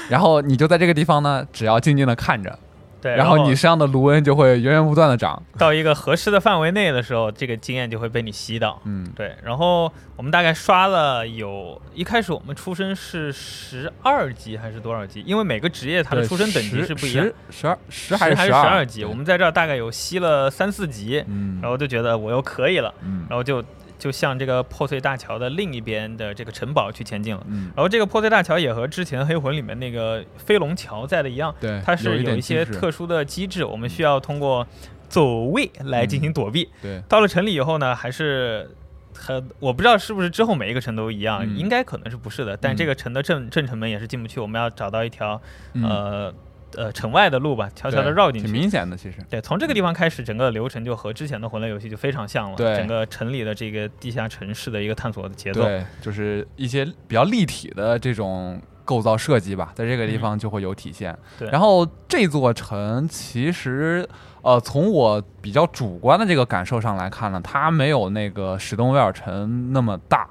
[SPEAKER 2] 然后你就在这个地方呢，只要静静的看着，
[SPEAKER 1] 对，
[SPEAKER 2] 然后你身上的卢恩就会源源不断的涨。
[SPEAKER 1] 到一个合适的范围内的时候，这个经验就会被你吸到。
[SPEAKER 2] 嗯，
[SPEAKER 1] 对，然后我们大概刷了有，一开始我们出身是十二级还是多少级？因为每个职业它的
[SPEAKER 2] 对
[SPEAKER 1] 出身等级
[SPEAKER 2] 10
[SPEAKER 1] 是不一样，
[SPEAKER 2] 10，十二十
[SPEAKER 1] 10
[SPEAKER 2] 还
[SPEAKER 1] 还
[SPEAKER 2] 是
[SPEAKER 1] 十
[SPEAKER 2] 二
[SPEAKER 1] 二级？我们在这儿大概有吸了三四级，
[SPEAKER 2] 嗯，
[SPEAKER 1] 然后就觉得我又可以了，
[SPEAKER 2] 嗯
[SPEAKER 1] 然后就就向这个破碎大桥的另一边的这个城堡去前进了。
[SPEAKER 2] 嗯，
[SPEAKER 1] 然后这个破碎大桥也和之前黑魂里面那个飞龙桥在的一样，
[SPEAKER 2] 嗯对，
[SPEAKER 1] 它是
[SPEAKER 2] 有
[SPEAKER 1] 有一些
[SPEAKER 2] 点机制
[SPEAKER 1] 特殊的机制，我们需要通过走位来进行躲避。
[SPEAKER 2] 对，
[SPEAKER 1] 到了城里以后呢，还是很我不知道是不是之后每一个城都一样，
[SPEAKER 2] 嗯
[SPEAKER 1] 应该可能是不是的。但这个城的正正城门也是进不去，我们要找到一条、
[SPEAKER 2] 嗯
[SPEAKER 1] 呃呃城外的路吧，悄悄的
[SPEAKER 2] 对
[SPEAKER 1] 绕进
[SPEAKER 2] 挺
[SPEAKER 1] 去。
[SPEAKER 2] 明显的其实。
[SPEAKER 1] 对，从这个地方开始，整个流程就和之前的魂类游戏就非常像了。
[SPEAKER 2] 对
[SPEAKER 1] 整个城里的这个地下城市的一个探索的节奏。
[SPEAKER 2] 对，就是一些比较立体的这种构造设计吧，在这个地
[SPEAKER 1] 嗯
[SPEAKER 2] 方就会有体现。
[SPEAKER 1] 对
[SPEAKER 2] 然后这座城其实，呃，从我比较主观的这个感受上来看呢，它没有那个史东威尔城那么大，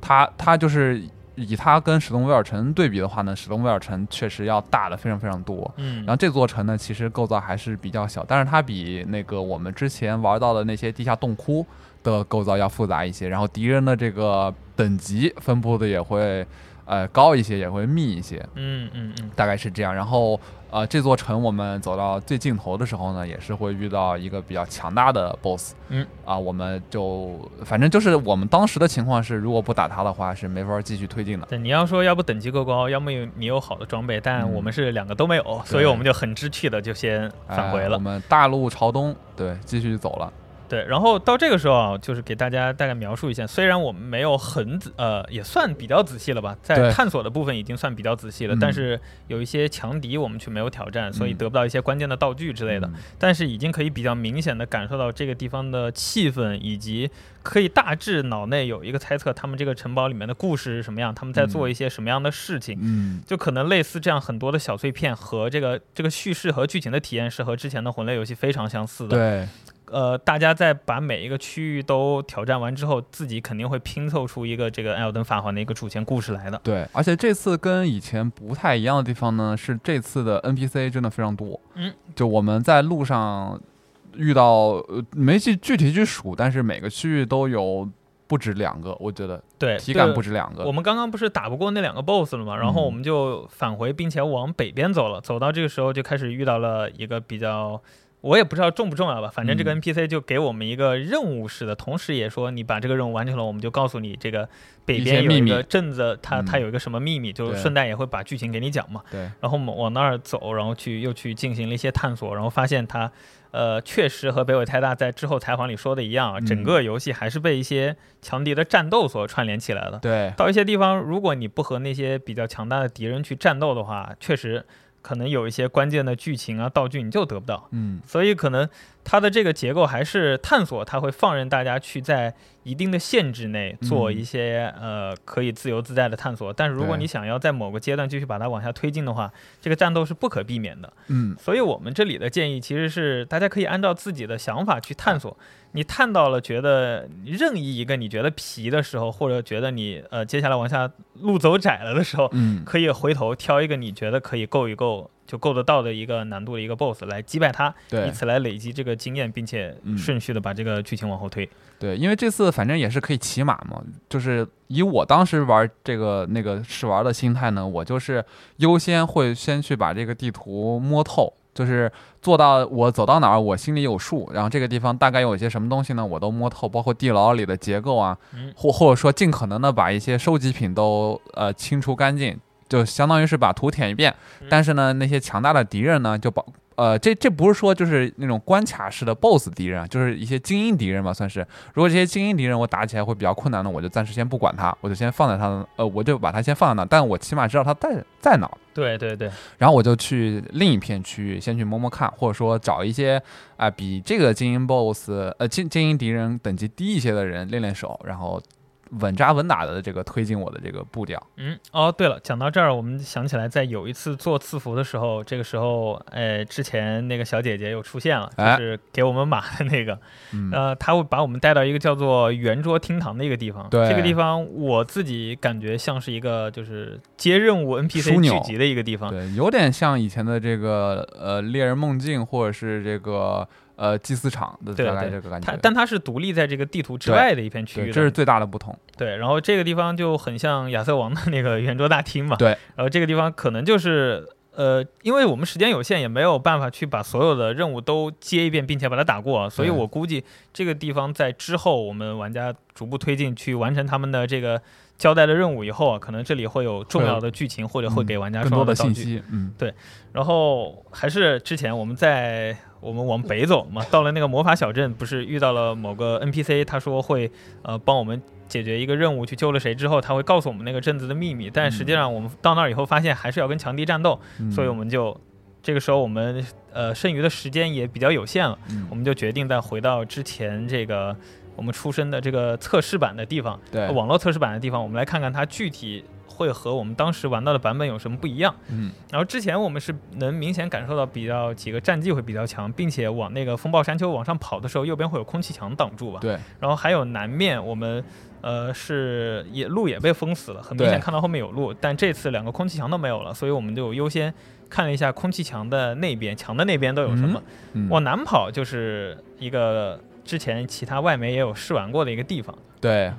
[SPEAKER 2] 它它就是以它跟史东威尔城对比的话呢，史东威尔城确实要大的非常非常多。
[SPEAKER 1] 嗯
[SPEAKER 2] 然，后这座城呢，其实构造还是比较小，但是它比那个我们之前玩到的那些地下洞窟的构造要复杂一些。然后敌人的这个等级分布的也会呃高一些，也会密一些，
[SPEAKER 1] 嗯嗯嗯，
[SPEAKER 2] 大概是这样。然后呃，这座城我们走到最尽头的时候呢，也是会遇到一个比较强大的 BOSS。
[SPEAKER 1] 嗯，
[SPEAKER 2] 啊，我们就反正就是我们当时的情况是，如果不打他的话是没法继续推进的。
[SPEAKER 1] 对，你要说要不等级够高，要么有你有好的装备，但
[SPEAKER 2] 嗯
[SPEAKER 1] 我们是两个都没有，所以我们就很知趣的就先返回
[SPEAKER 2] 哎
[SPEAKER 1] 了
[SPEAKER 2] 我。们大路朝东，对，继续走了。
[SPEAKER 1] 对，然后到这个时候啊，就是给大家大概描述一下，虽然我们没有很仔，呃，也算比较仔细了吧，在
[SPEAKER 2] 对
[SPEAKER 1] 探索的部分已经算比较仔细了，
[SPEAKER 2] 嗯
[SPEAKER 1] 但是有一些强敌我们却没有挑战，所以
[SPEAKER 2] 嗯
[SPEAKER 1] 得不到一些关键的道具之类的，
[SPEAKER 2] 嗯
[SPEAKER 1] 但是已经可以比较明显的感受到这个地方的气氛，以及可以大致脑内有一个猜测，他们这个城堡里面的故事是什么样，他们在做
[SPEAKER 2] 嗯
[SPEAKER 1] 一些什么样的事情。
[SPEAKER 2] 嗯，
[SPEAKER 1] 就可能类似这样很多的小碎片和这个这个叙事和剧情的体验是和之前的魂类游戏非常相似的。
[SPEAKER 2] 嗯对，
[SPEAKER 1] 呃，大家在把每一个区域都挑战完之后，自己肯定会拼凑出一个这个《艾尔登法环》的一个主线故事来的。
[SPEAKER 2] 对，而且这次跟以前不太一样的地方呢，是这次的 NPC 真的非常多。
[SPEAKER 1] 嗯，
[SPEAKER 2] 就我们在路上遇到，呃，没去具体去数，但是每个区域都有不止两个，我觉得
[SPEAKER 1] 对，
[SPEAKER 2] 体感
[SPEAKER 1] 对
[SPEAKER 2] 不止两个
[SPEAKER 1] 我。们刚刚不是打不过那两个 BOSS 了吗？然后
[SPEAKER 2] 嗯
[SPEAKER 1] 我们就返回，并且往北边走了。走到这个时候，就开始遇到了一个比较，我也不知道重不重要吧。反正这个
[SPEAKER 2] 嗯
[SPEAKER 1] NPC 就给我们一个任务似的，同时也说你把这个任务完成了，我们就告诉你这个北
[SPEAKER 2] 一
[SPEAKER 1] 边
[SPEAKER 2] 些
[SPEAKER 1] 有
[SPEAKER 2] 秘
[SPEAKER 1] 一
[SPEAKER 2] 密
[SPEAKER 1] 个镇子，它它
[SPEAKER 2] 嗯
[SPEAKER 1] 有一个什么秘密，就
[SPEAKER 2] 对
[SPEAKER 1] 顺带也会把剧情给你讲嘛。
[SPEAKER 2] 对，
[SPEAKER 1] 然后我们往那儿走，然后去又去进行了一些探索，然后发现它，呃，确实和北纬太大在之后采访里说的一样啊，
[SPEAKER 2] 嗯
[SPEAKER 1] 整个游戏还是被一些强敌的战斗所串联起来的。
[SPEAKER 2] 对，
[SPEAKER 1] 到一些地方，如果你不和那些比较强大的敌人去战斗的话，确实可能有一些关键的剧情啊、道具你就得不到。
[SPEAKER 2] 嗯，
[SPEAKER 1] 所以可能它的这个结构还是探索，它会放任大家去在一定的限制内做
[SPEAKER 2] 嗯
[SPEAKER 1] 一些、呃可以自由自在的探索。但是如果
[SPEAKER 2] 对
[SPEAKER 1] 你想要在某个阶段继续把它往下推进的话，这个战斗是不可避免的。
[SPEAKER 2] 嗯，
[SPEAKER 1] 所以我们这里的建议其实是大家可以按照自己的想法去探索。你探到了觉得任意一个你觉得皮的时候，或者觉得你呃接下来往下路走窄了的时候，
[SPEAKER 2] 嗯，
[SPEAKER 1] 可以回头挑一个你觉得可以够一够就够得到的一个难度的一个 BOSS 来击败它，以
[SPEAKER 2] 对，
[SPEAKER 1] 此来累积这个经验，并且
[SPEAKER 2] 嗯
[SPEAKER 1] 顺序的把这个剧情往后推。
[SPEAKER 2] 对，因为这次反正也是可以骑马嘛，就是以我当时玩这个那个试玩的心态呢，我就是优先会先去把这个地图摸透，就是做到我走到哪儿我心里有数，然后这个地方大概有一些什么东西呢，我都摸透，包括地牢里的结构啊，
[SPEAKER 1] 嗯
[SPEAKER 2] 或或者说尽可能的把一些收集品都呃清除干净，就相当于是把图舔一遍
[SPEAKER 1] 嗯。
[SPEAKER 2] 但是呢，那些强大的敌人呢，就保呃，这这不是说就是那种关卡式的 BOSS 敌人，啊，就是一些精英敌人嘛，算是。如果这些精英敌人我打起来会比较困难呢，我就暂时先不管他，我就先放在他的呃，我就把他先放在那儿，但我起码知道他在在哪儿。
[SPEAKER 1] 对对对，
[SPEAKER 2] 然后我就去另一片区域先去摸摸看，或者说找一些啊、比这个精英 BOSS 呃精精英敌人等级低一些的人练练手，然后稳扎稳打的这个推进我的这个步调。
[SPEAKER 1] 嗯，哦，对了，讲到这儿，我们想起来，在有一次做赐福的时候，这个时候，呃，之前那个小姐姐又出现了，
[SPEAKER 2] 哎
[SPEAKER 1] 就是给我们码的那个，
[SPEAKER 2] 嗯，
[SPEAKER 1] 呃，她会把我们带到一个叫做圆桌厅堂的一个地方。
[SPEAKER 2] 对
[SPEAKER 1] 这个地方我自己感觉像是一个就是接任务 NPC
[SPEAKER 2] 枢纽
[SPEAKER 1] 聚集的一个地方。
[SPEAKER 2] 对，有点像以前的这个呃猎人梦境或者是这个呃祭祀场的
[SPEAKER 1] 对啊
[SPEAKER 2] 大概
[SPEAKER 1] 对
[SPEAKER 2] 这个感觉
[SPEAKER 1] 它。但它是独立在这个地图之
[SPEAKER 2] 对
[SPEAKER 1] 外的一片区域
[SPEAKER 2] 对，
[SPEAKER 1] 的，
[SPEAKER 2] 这是最大的不同。
[SPEAKER 1] 对，然后这个地方就很像亚瑟王的那个圆桌大厅嘛。
[SPEAKER 2] 对
[SPEAKER 1] 然后这个地方可能就是呃，因为我们时间有限，也没有办法去把所有的任务都接一遍，并且把它打过，啊所以
[SPEAKER 2] 对
[SPEAKER 1] 我估计这个地方在之后我们玩家逐步推进去完成他们的这个交代的任务以后啊，可能这里会有重
[SPEAKER 2] 会有
[SPEAKER 1] 要的剧情，或者会
[SPEAKER 2] 嗯
[SPEAKER 1] 给玩家
[SPEAKER 2] 更
[SPEAKER 1] 重要
[SPEAKER 2] 多的
[SPEAKER 1] 道
[SPEAKER 2] 信
[SPEAKER 1] 具。
[SPEAKER 2] 息，嗯，
[SPEAKER 1] 然后还是之前我们在我们往北走嘛，到了那个魔法小镇，不是遇到了某个 NPC，他说会呃帮我们解决一个任务，去救了谁之后，他会告诉我们那个镇子的秘密。但实际上我们到那儿以后，发现还是要跟强敌战斗，
[SPEAKER 2] 嗯
[SPEAKER 1] 所以我们就这个时候我们呃剩余的时间也比较有限了，
[SPEAKER 2] 嗯
[SPEAKER 1] 我们就决定再回到之前这个我们出生的这个测试版的地方，
[SPEAKER 2] 对，
[SPEAKER 1] 网络测试版的地方，我们来看看它具体会和我们当时玩到的版本有什么不一样。
[SPEAKER 2] 嗯
[SPEAKER 1] 然后之前我们是能明显感受到比较几个战绩会比较强，并且往那个风暴山丘往上跑的时候，右边会有空气墙挡住吧。
[SPEAKER 2] 对，
[SPEAKER 1] 然后还有南面我们。呃，是也路也被封死了，很明显
[SPEAKER 2] 对
[SPEAKER 1] 看到后面有路，但这次两个空气墙都没有了，所以我们就优先看了一下空气墙的那边，墙的那边都有什么。
[SPEAKER 2] 嗯
[SPEAKER 1] 往南跑就是一个之前其他外媒也有试玩过的一个地方，
[SPEAKER 2] 对，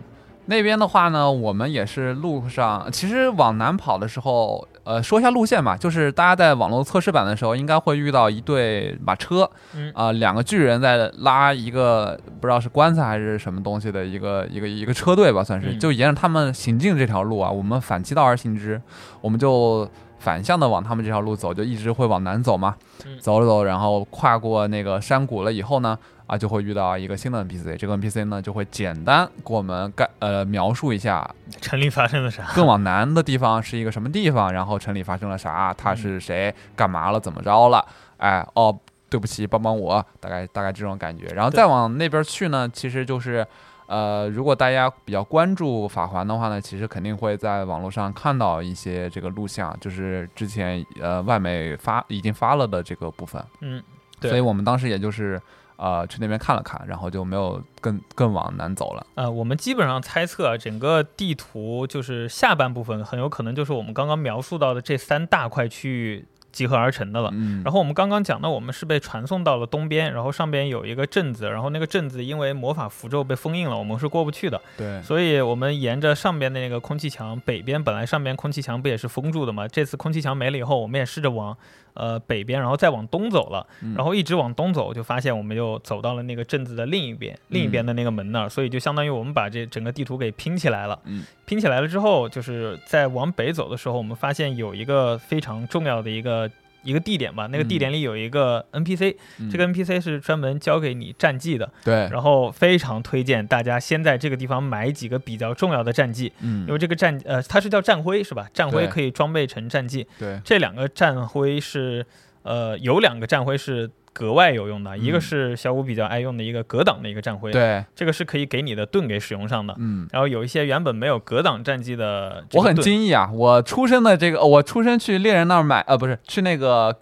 [SPEAKER 2] 那边的话呢，我们也是路上，其实往南跑的时候，呃，说一下路线吧，就是大家在网络测试版的时候，应该会遇到一队马车，
[SPEAKER 1] 嗯
[SPEAKER 2] 啊、两个巨人在拉一个不知道是棺材还是什么东西的一个一个一个车队吧，算是，
[SPEAKER 1] 嗯
[SPEAKER 2] 就沿着他们行进这条路啊，我们反其道而行之，我们就。反向的往他们这条路走，就一直会往南走嘛
[SPEAKER 1] 嗯，
[SPEAKER 2] 走着走，然后跨过那个山谷了以后呢，啊，就会遇到一个新的 NPC，这个 NPC 呢就会简单给我们概呃描述一下
[SPEAKER 1] 城里发生了啥？
[SPEAKER 2] 更往南的地方是一个什么地方，然后城里发生了啥，他是谁，干嘛了，怎么着了，哎，哦，对不起，帮帮我，大概大概这种感觉。然后
[SPEAKER 1] 对
[SPEAKER 2] 再往那边去呢，其实就是。呃，如果大家比较关注法环的话呢，其实肯定会在网络上看到一些这个录像，就是之前呃外媒发已经发了的这个部分。
[SPEAKER 1] 嗯，对
[SPEAKER 2] 所以我们当时也就是呃去那边看了看，然后就没有更更往南走了。
[SPEAKER 1] 呃，我们基本上猜测啊整个地图就是下半部分很有可能就是我们刚刚描述到的这三大块区域集合而成的了。
[SPEAKER 2] 嗯
[SPEAKER 1] 然后我们刚刚讲到，我们是被传送到了东边，然后上边有一个镇子，然后那个镇子因为魔法符咒被封印了，我们是过不去的，
[SPEAKER 2] 对，
[SPEAKER 1] 所以我们沿着上边的那个空气墙，北边本来上边空气墙不也是封住的吗？这次空气墙没了以后，我们也试着往呃北边，然后再往东走了，
[SPEAKER 2] 嗯
[SPEAKER 1] 然后一直往东走，就发现我们又走到了那个镇子的另一
[SPEAKER 2] 嗯
[SPEAKER 1] 边，另一边的那个门那儿，所以就相当于我们把这整个地图给拼起来了。
[SPEAKER 2] 嗯
[SPEAKER 1] 拼起来了之后，就是在往北走的时候，我们发现有一个非常重要的一个。一个地点吧，那个地点里有一个 NPC，、
[SPEAKER 2] 嗯
[SPEAKER 1] 这个 NPC 是专门教给你战绩的，
[SPEAKER 2] 对，
[SPEAKER 1] 然后非常推荐大家先在这个地方买几个比较重要的战绩，
[SPEAKER 2] 嗯
[SPEAKER 1] 因为这个战呃它是叫战徽是吧？战徽
[SPEAKER 2] 对
[SPEAKER 1] 可以装备成战绩，
[SPEAKER 2] 对，
[SPEAKER 1] 这两个战徽是呃有两个战徽是格外有用的，一个
[SPEAKER 2] 嗯
[SPEAKER 1] 是小五比较爱用的一个格挡的一个战徽，
[SPEAKER 2] 对，
[SPEAKER 1] 这个是可以给你的盾给使用上的。
[SPEAKER 2] 嗯。
[SPEAKER 1] 然后有一些原本没有格挡战绩的，
[SPEAKER 2] 我很，惊异啊！我出生的这个，我出生去猎人那儿买，呃，不是去那个，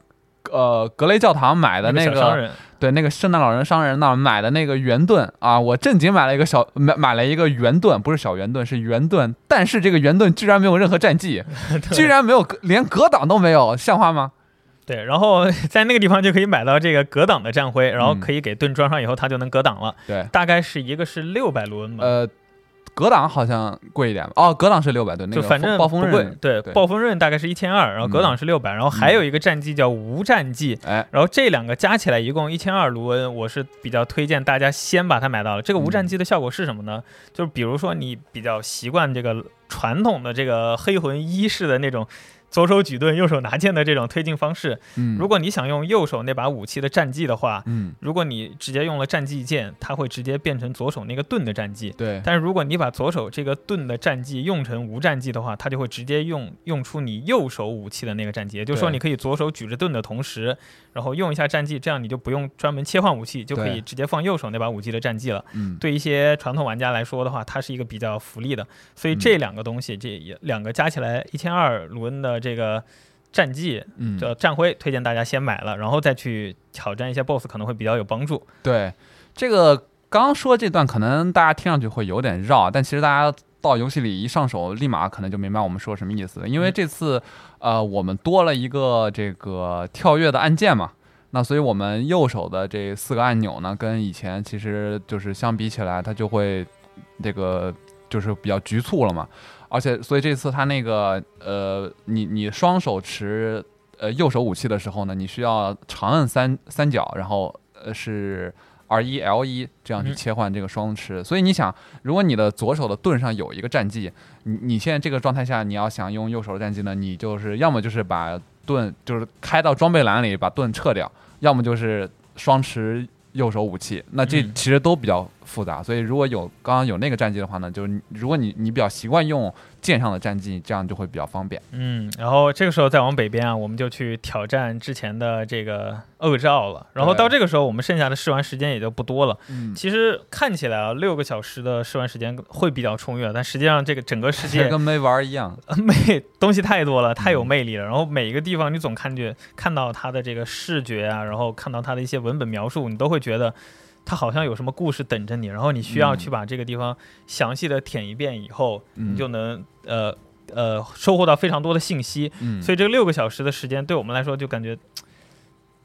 [SPEAKER 2] 呃，格雷教堂买的
[SPEAKER 1] 那
[SPEAKER 2] 那
[SPEAKER 1] 小商人
[SPEAKER 2] 对，那个圣诞老人商人那儿买的那个圆盾啊，我正经买了一个小买 [laughs] 买了一个圆盾，不是小圆盾，是圆盾，但是这个圆盾居然没有任何
[SPEAKER 1] [laughs]
[SPEAKER 2] 战绩，居然没有格连格挡都没有，像话吗？
[SPEAKER 1] 对，然后在那个地方就可以买到这个格挡的战徽，然后
[SPEAKER 2] 嗯
[SPEAKER 1] 可以给盾装上以后，它就能格挡了。
[SPEAKER 2] 对，
[SPEAKER 1] 大概是一个是六百卢恩吧，
[SPEAKER 2] 呃，格挡好像贵一点吧？哦，格挡是六百吨，那
[SPEAKER 1] 就
[SPEAKER 2] 个
[SPEAKER 1] 反正
[SPEAKER 2] 暴风
[SPEAKER 1] 不贵
[SPEAKER 2] 刃，，
[SPEAKER 1] 对，
[SPEAKER 2] 对嗯
[SPEAKER 1] 暴风刃大概是一千二，然后格挡是六百、然后还有一个战绩叫无战绩，
[SPEAKER 2] 哎，
[SPEAKER 1] 然后这两个加起来一共一千二卢恩，我是比较推荐大家先把它买到了。这个无战绩的效果是什么呢？就是比如说你比较习惯这个传统的这个黑魂一式的那种。左手举盾、右手拿剑的这种推进方式。
[SPEAKER 2] 嗯，
[SPEAKER 1] 如果你想用右手那把武器的战绩的话，
[SPEAKER 2] 嗯，
[SPEAKER 1] 如果你直接用了战绩键，它会直接变成左手那个盾的战绩。
[SPEAKER 2] 对，
[SPEAKER 1] 但是如果你把左手这个盾的战绩用成无战绩的话，它就会直接用用出你右手武器的那个战绩，也就是说
[SPEAKER 2] 对
[SPEAKER 1] 你可以左手举着盾的同时，然后用一下战绩，这样你就不用专门切换武器，就可以
[SPEAKER 2] 对
[SPEAKER 1] 直接放右手那把武器的战绩了。
[SPEAKER 2] 嗯，
[SPEAKER 1] 对一些传统玩家来说的话，它是一个比较福利的，所
[SPEAKER 2] 嗯
[SPEAKER 1] 以这两个东西，这也两个加起来一千二卢恩的这个战绩
[SPEAKER 2] 嗯，
[SPEAKER 1] 的战徽，推荐大家先买了，然后再去挑战一些 BOSS 可能会比较有帮助。
[SPEAKER 2] 对，这个刚说这段可能大家听上去会有点绕，但其实大家到游戏里一上手，立马可能就明白我们说什么意思了。因为
[SPEAKER 1] 嗯
[SPEAKER 2] 这次，呃，我们多了一个这个跳跃的按键嘛。那所以，我们右手的这四个按钮呢，跟以前其实就是相比起来，它就会这个就是比较局促了嘛。而且，所以这次它那个呃，你你双手持呃右手武器的时候呢，你需要长摁三三角，然后呃是 R 一 L 一这样去
[SPEAKER 1] 嗯
[SPEAKER 2] 切换这个双持。所以你想，如果你的左手的盾上有一个战绩，你你现在这个状态下，你要想用右手的战绩呢，你就是要么就是把盾就是开到装备栏里把盾撤掉，要么就是双持右手武器。那这
[SPEAKER 1] 嗯
[SPEAKER 2] 其实都比较复杂，所以如果有刚刚有那个战绩的话呢，就是你如果你你比较习惯用剑上的战绩，这样就会比较方便。
[SPEAKER 1] 嗯，然后这个时候再往北边啊，我们就去挑战之前的这个恶兆了。然后到这个时候，我们剩下的试玩时间也就不多了。
[SPEAKER 2] 嗯，
[SPEAKER 1] 其实看起来啊，六个小时的试玩时间会比较充裕，啊但实际上这个整个世
[SPEAKER 2] 其实 [laughs]
[SPEAKER 1] 界
[SPEAKER 2] 跟没玩儿一样。
[SPEAKER 1] 魅东西太多了，太
[SPEAKER 2] 嗯
[SPEAKER 1] 有魅力了。然后每一个地方你总看见看到它的这个视觉啊，然后看到它的一些文本描述，你都会觉得它好像有什么故事等着你。然后你需要
[SPEAKER 2] 嗯
[SPEAKER 1] 去把这个地方详细的舔一遍以后，
[SPEAKER 2] 嗯
[SPEAKER 1] 你就能呃呃收获到非常多的信息。
[SPEAKER 2] 嗯，
[SPEAKER 1] 所以这六个小时的时间对我们来说就感觉。嘖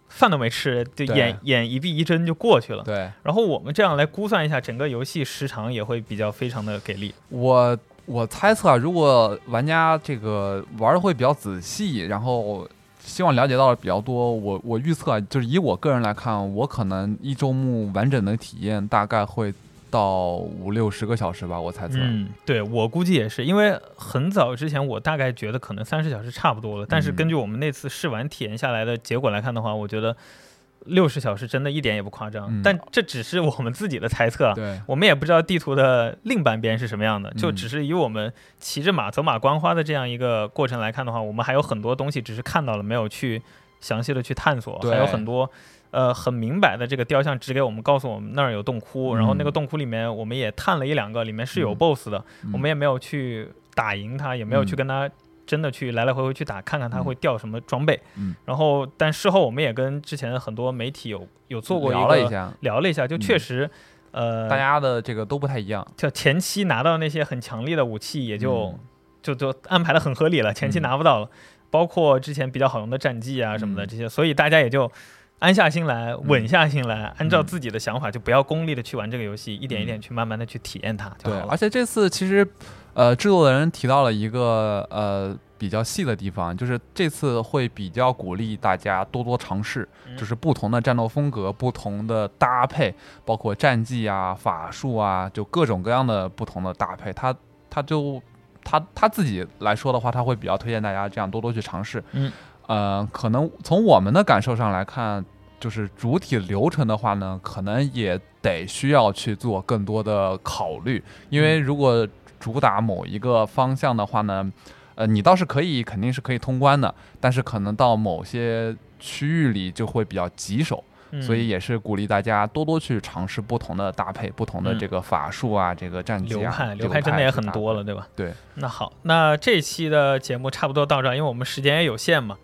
[SPEAKER 1] 饭都没吃，就
[SPEAKER 2] 对
[SPEAKER 1] 眼眼一闭一睁就过去了。
[SPEAKER 2] 对
[SPEAKER 1] 然后我们这样来估算一下整个游戏时长，也会比较非常的给力。
[SPEAKER 2] 我我猜测啊，如果玩家这个玩的会比较仔细，然后希望了解到的比较多，我我预测啊就是以我个人来看，我可能一周目完整的体验大概会到五六十个小时吧，我猜测。
[SPEAKER 1] 嗯，对我估计也是，因为很早之前我大概觉得可能三十小时差不多了，但是
[SPEAKER 2] 嗯
[SPEAKER 1] 根据我们那次试玩体验下来的结果来看的话，我觉得六十小时真的一点也不夸张。
[SPEAKER 2] 嗯
[SPEAKER 1] 但这只是我们自己的猜测啊，
[SPEAKER 2] 对，
[SPEAKER 1] 我们也不知道地图的另半边是什么样的，就
[SPEAKER 2] 嗯
[SPEAKER 1] 只是以我们骑着马走马观花的这样一个过程来看的话，我们还有很多东西只是看到了，没有去详细的去探索，
[SPEAKER 2] 对
[SPEAKER 1] 还有很多。呃，很明白的这个雕像指给我们，告诉我们那儿有洞窟，然后那个
[SPEAKER 2] 嗯
[SPEAKER 1] 洞窟里面我们也探了一两个，里面是有
[SPEAKER 2] 嗯
[SPEAKER 1] BOSS 的，
[SPEAKER 2] 嗯
[SPEAKER 1] 我们也没有去打赢它，也没有去
[SPEAKER 2] 嗯
[SPEAKER 1] 跟它真的去来来回回去打，看看它
[SPEAKER 2] 嗯
[SPEAKER 1] 会掉什么装备。
[SPEAKER 2] 嗯
[SPEAKER 1] 然后，但事后我们也跟之前很多媒体有有做过一个
[SPEAKER 2] 聊了一下，
[SPEAKER 1] 聊了一下，就
[SPEAKER 2] 嗯
[SPEAKER 1] 确实，呃，
[SPEAKER 2] 大家的这个都不太一样，
[SPEAKER 1] 就前期拿到那些很强力的武器，也就、
[SPEAKER 2] 嗯
[SPEAKER 1] 就就安排的很合理了，前期
[SPEAKER 2] 嗯
[SPEAKER 1] 拿不到了，包括之前比较好用的战绩啊什么的
[SPEAKER 2] 嗯
[SPEAKER 1] 这些，所以大家也就安下心来，稳下心来，按照自己的想法，就不要功利的去玩这个游戏，一点一点去慢慢的去体验它就
[SPEAKER 2] 对，
[SPEAKER 1] 好
[SPEAKER 2] 而
[SPEAKER 1] 了。
[SPEAKER 2] 且这次其实，呃，制作人提到了一个呃比较细的地方，就是这次会比较鼓励大家多多尝试，
[SPEAKER 1] 嗯
[SPEAKER 2] 就是不同的战斗风格、不同的搭配，包括战技啊、法术啊，就各种各样的不同的搭配，他他就。他他自己来说的话，他会比较推荐大家这样多多去尝试。
[SPEAKER 1] 嗯，
[SPEAKER 2] 呃，可能从我们的感受上来看，就是主体流程的话呢，可能也得需要去做更多的考虑，
[SPEAKER 1] 嗯
[SPEAKER 2] 因为如果主打某一个方向的话呢，呃，你倒是可以，肯定是可以通关的，但是可能到某些区域里就会比较棘手，
[SPEAKER 1] 嗯
[SPEAKER 2] 所以也是鼓励大家多多去尝试不同的搭配、不同的这个法术啊、这个战绩啊
[SPEAKER 1] 嗯流派
[SPEAKER 2] 流
[SPEAKER 1] 流派真的也很
[SPEAKER 2] 去搭配
[SPEAKER 1] 多了，对吧？
[SPEAKER 2] 对。
[SPEAKER 1] 那好，那这期的节目差不多到这儿，因为我们时间也有限嘛。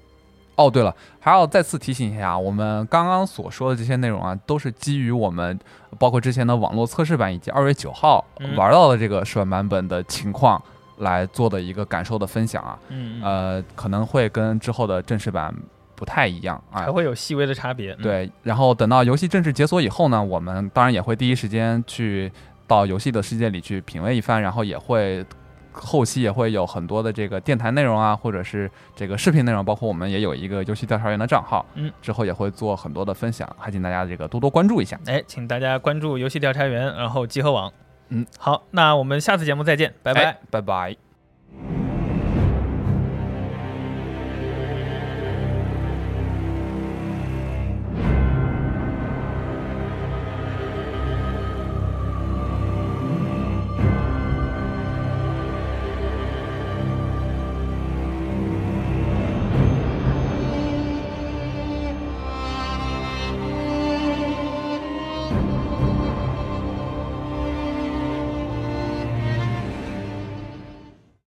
[SPEAKER 2] 哦，对了，还要再次提醒一下啊，我们刚刚所说的这些内容啊，都是基于我们包括之前的网络测试版以及二月九号
[SPEAKER 1] 嗯
[SPEAKER 2] 玩到的这个试玩版本的情况来做的一个感受的分享啊。
[SPEAKER 1] 嗯，嗯
[SPEAKER 2] 呃，可能会跟之后的正式版不太一样啊
[SPEAKER 1] 还。会有细微的差别。嗯，
[SPEAKER 2] 对，然后等到游戏正式解锁以后呢，我们当然也会第一时间去到游戏的世界里去品味一番，然后也会后期也会有很多的这个电台内容啊，或者是这个视频内容，包括我们也有一个游戏调查员的账号，
[SPEAKER 1] 嗯，
[SPEAKER 2] 之后也会做很多的分享，还请大家这个多多关注一下。
[SPEAKER 1] 哎，请大家关注游戏调查员，然后集合网。
[SPEAKER 2] 嗯，
[SPEAKER 1] 好，那我们下次节目再见，拜拜。
[SPEAKER 2] 哎拜拜。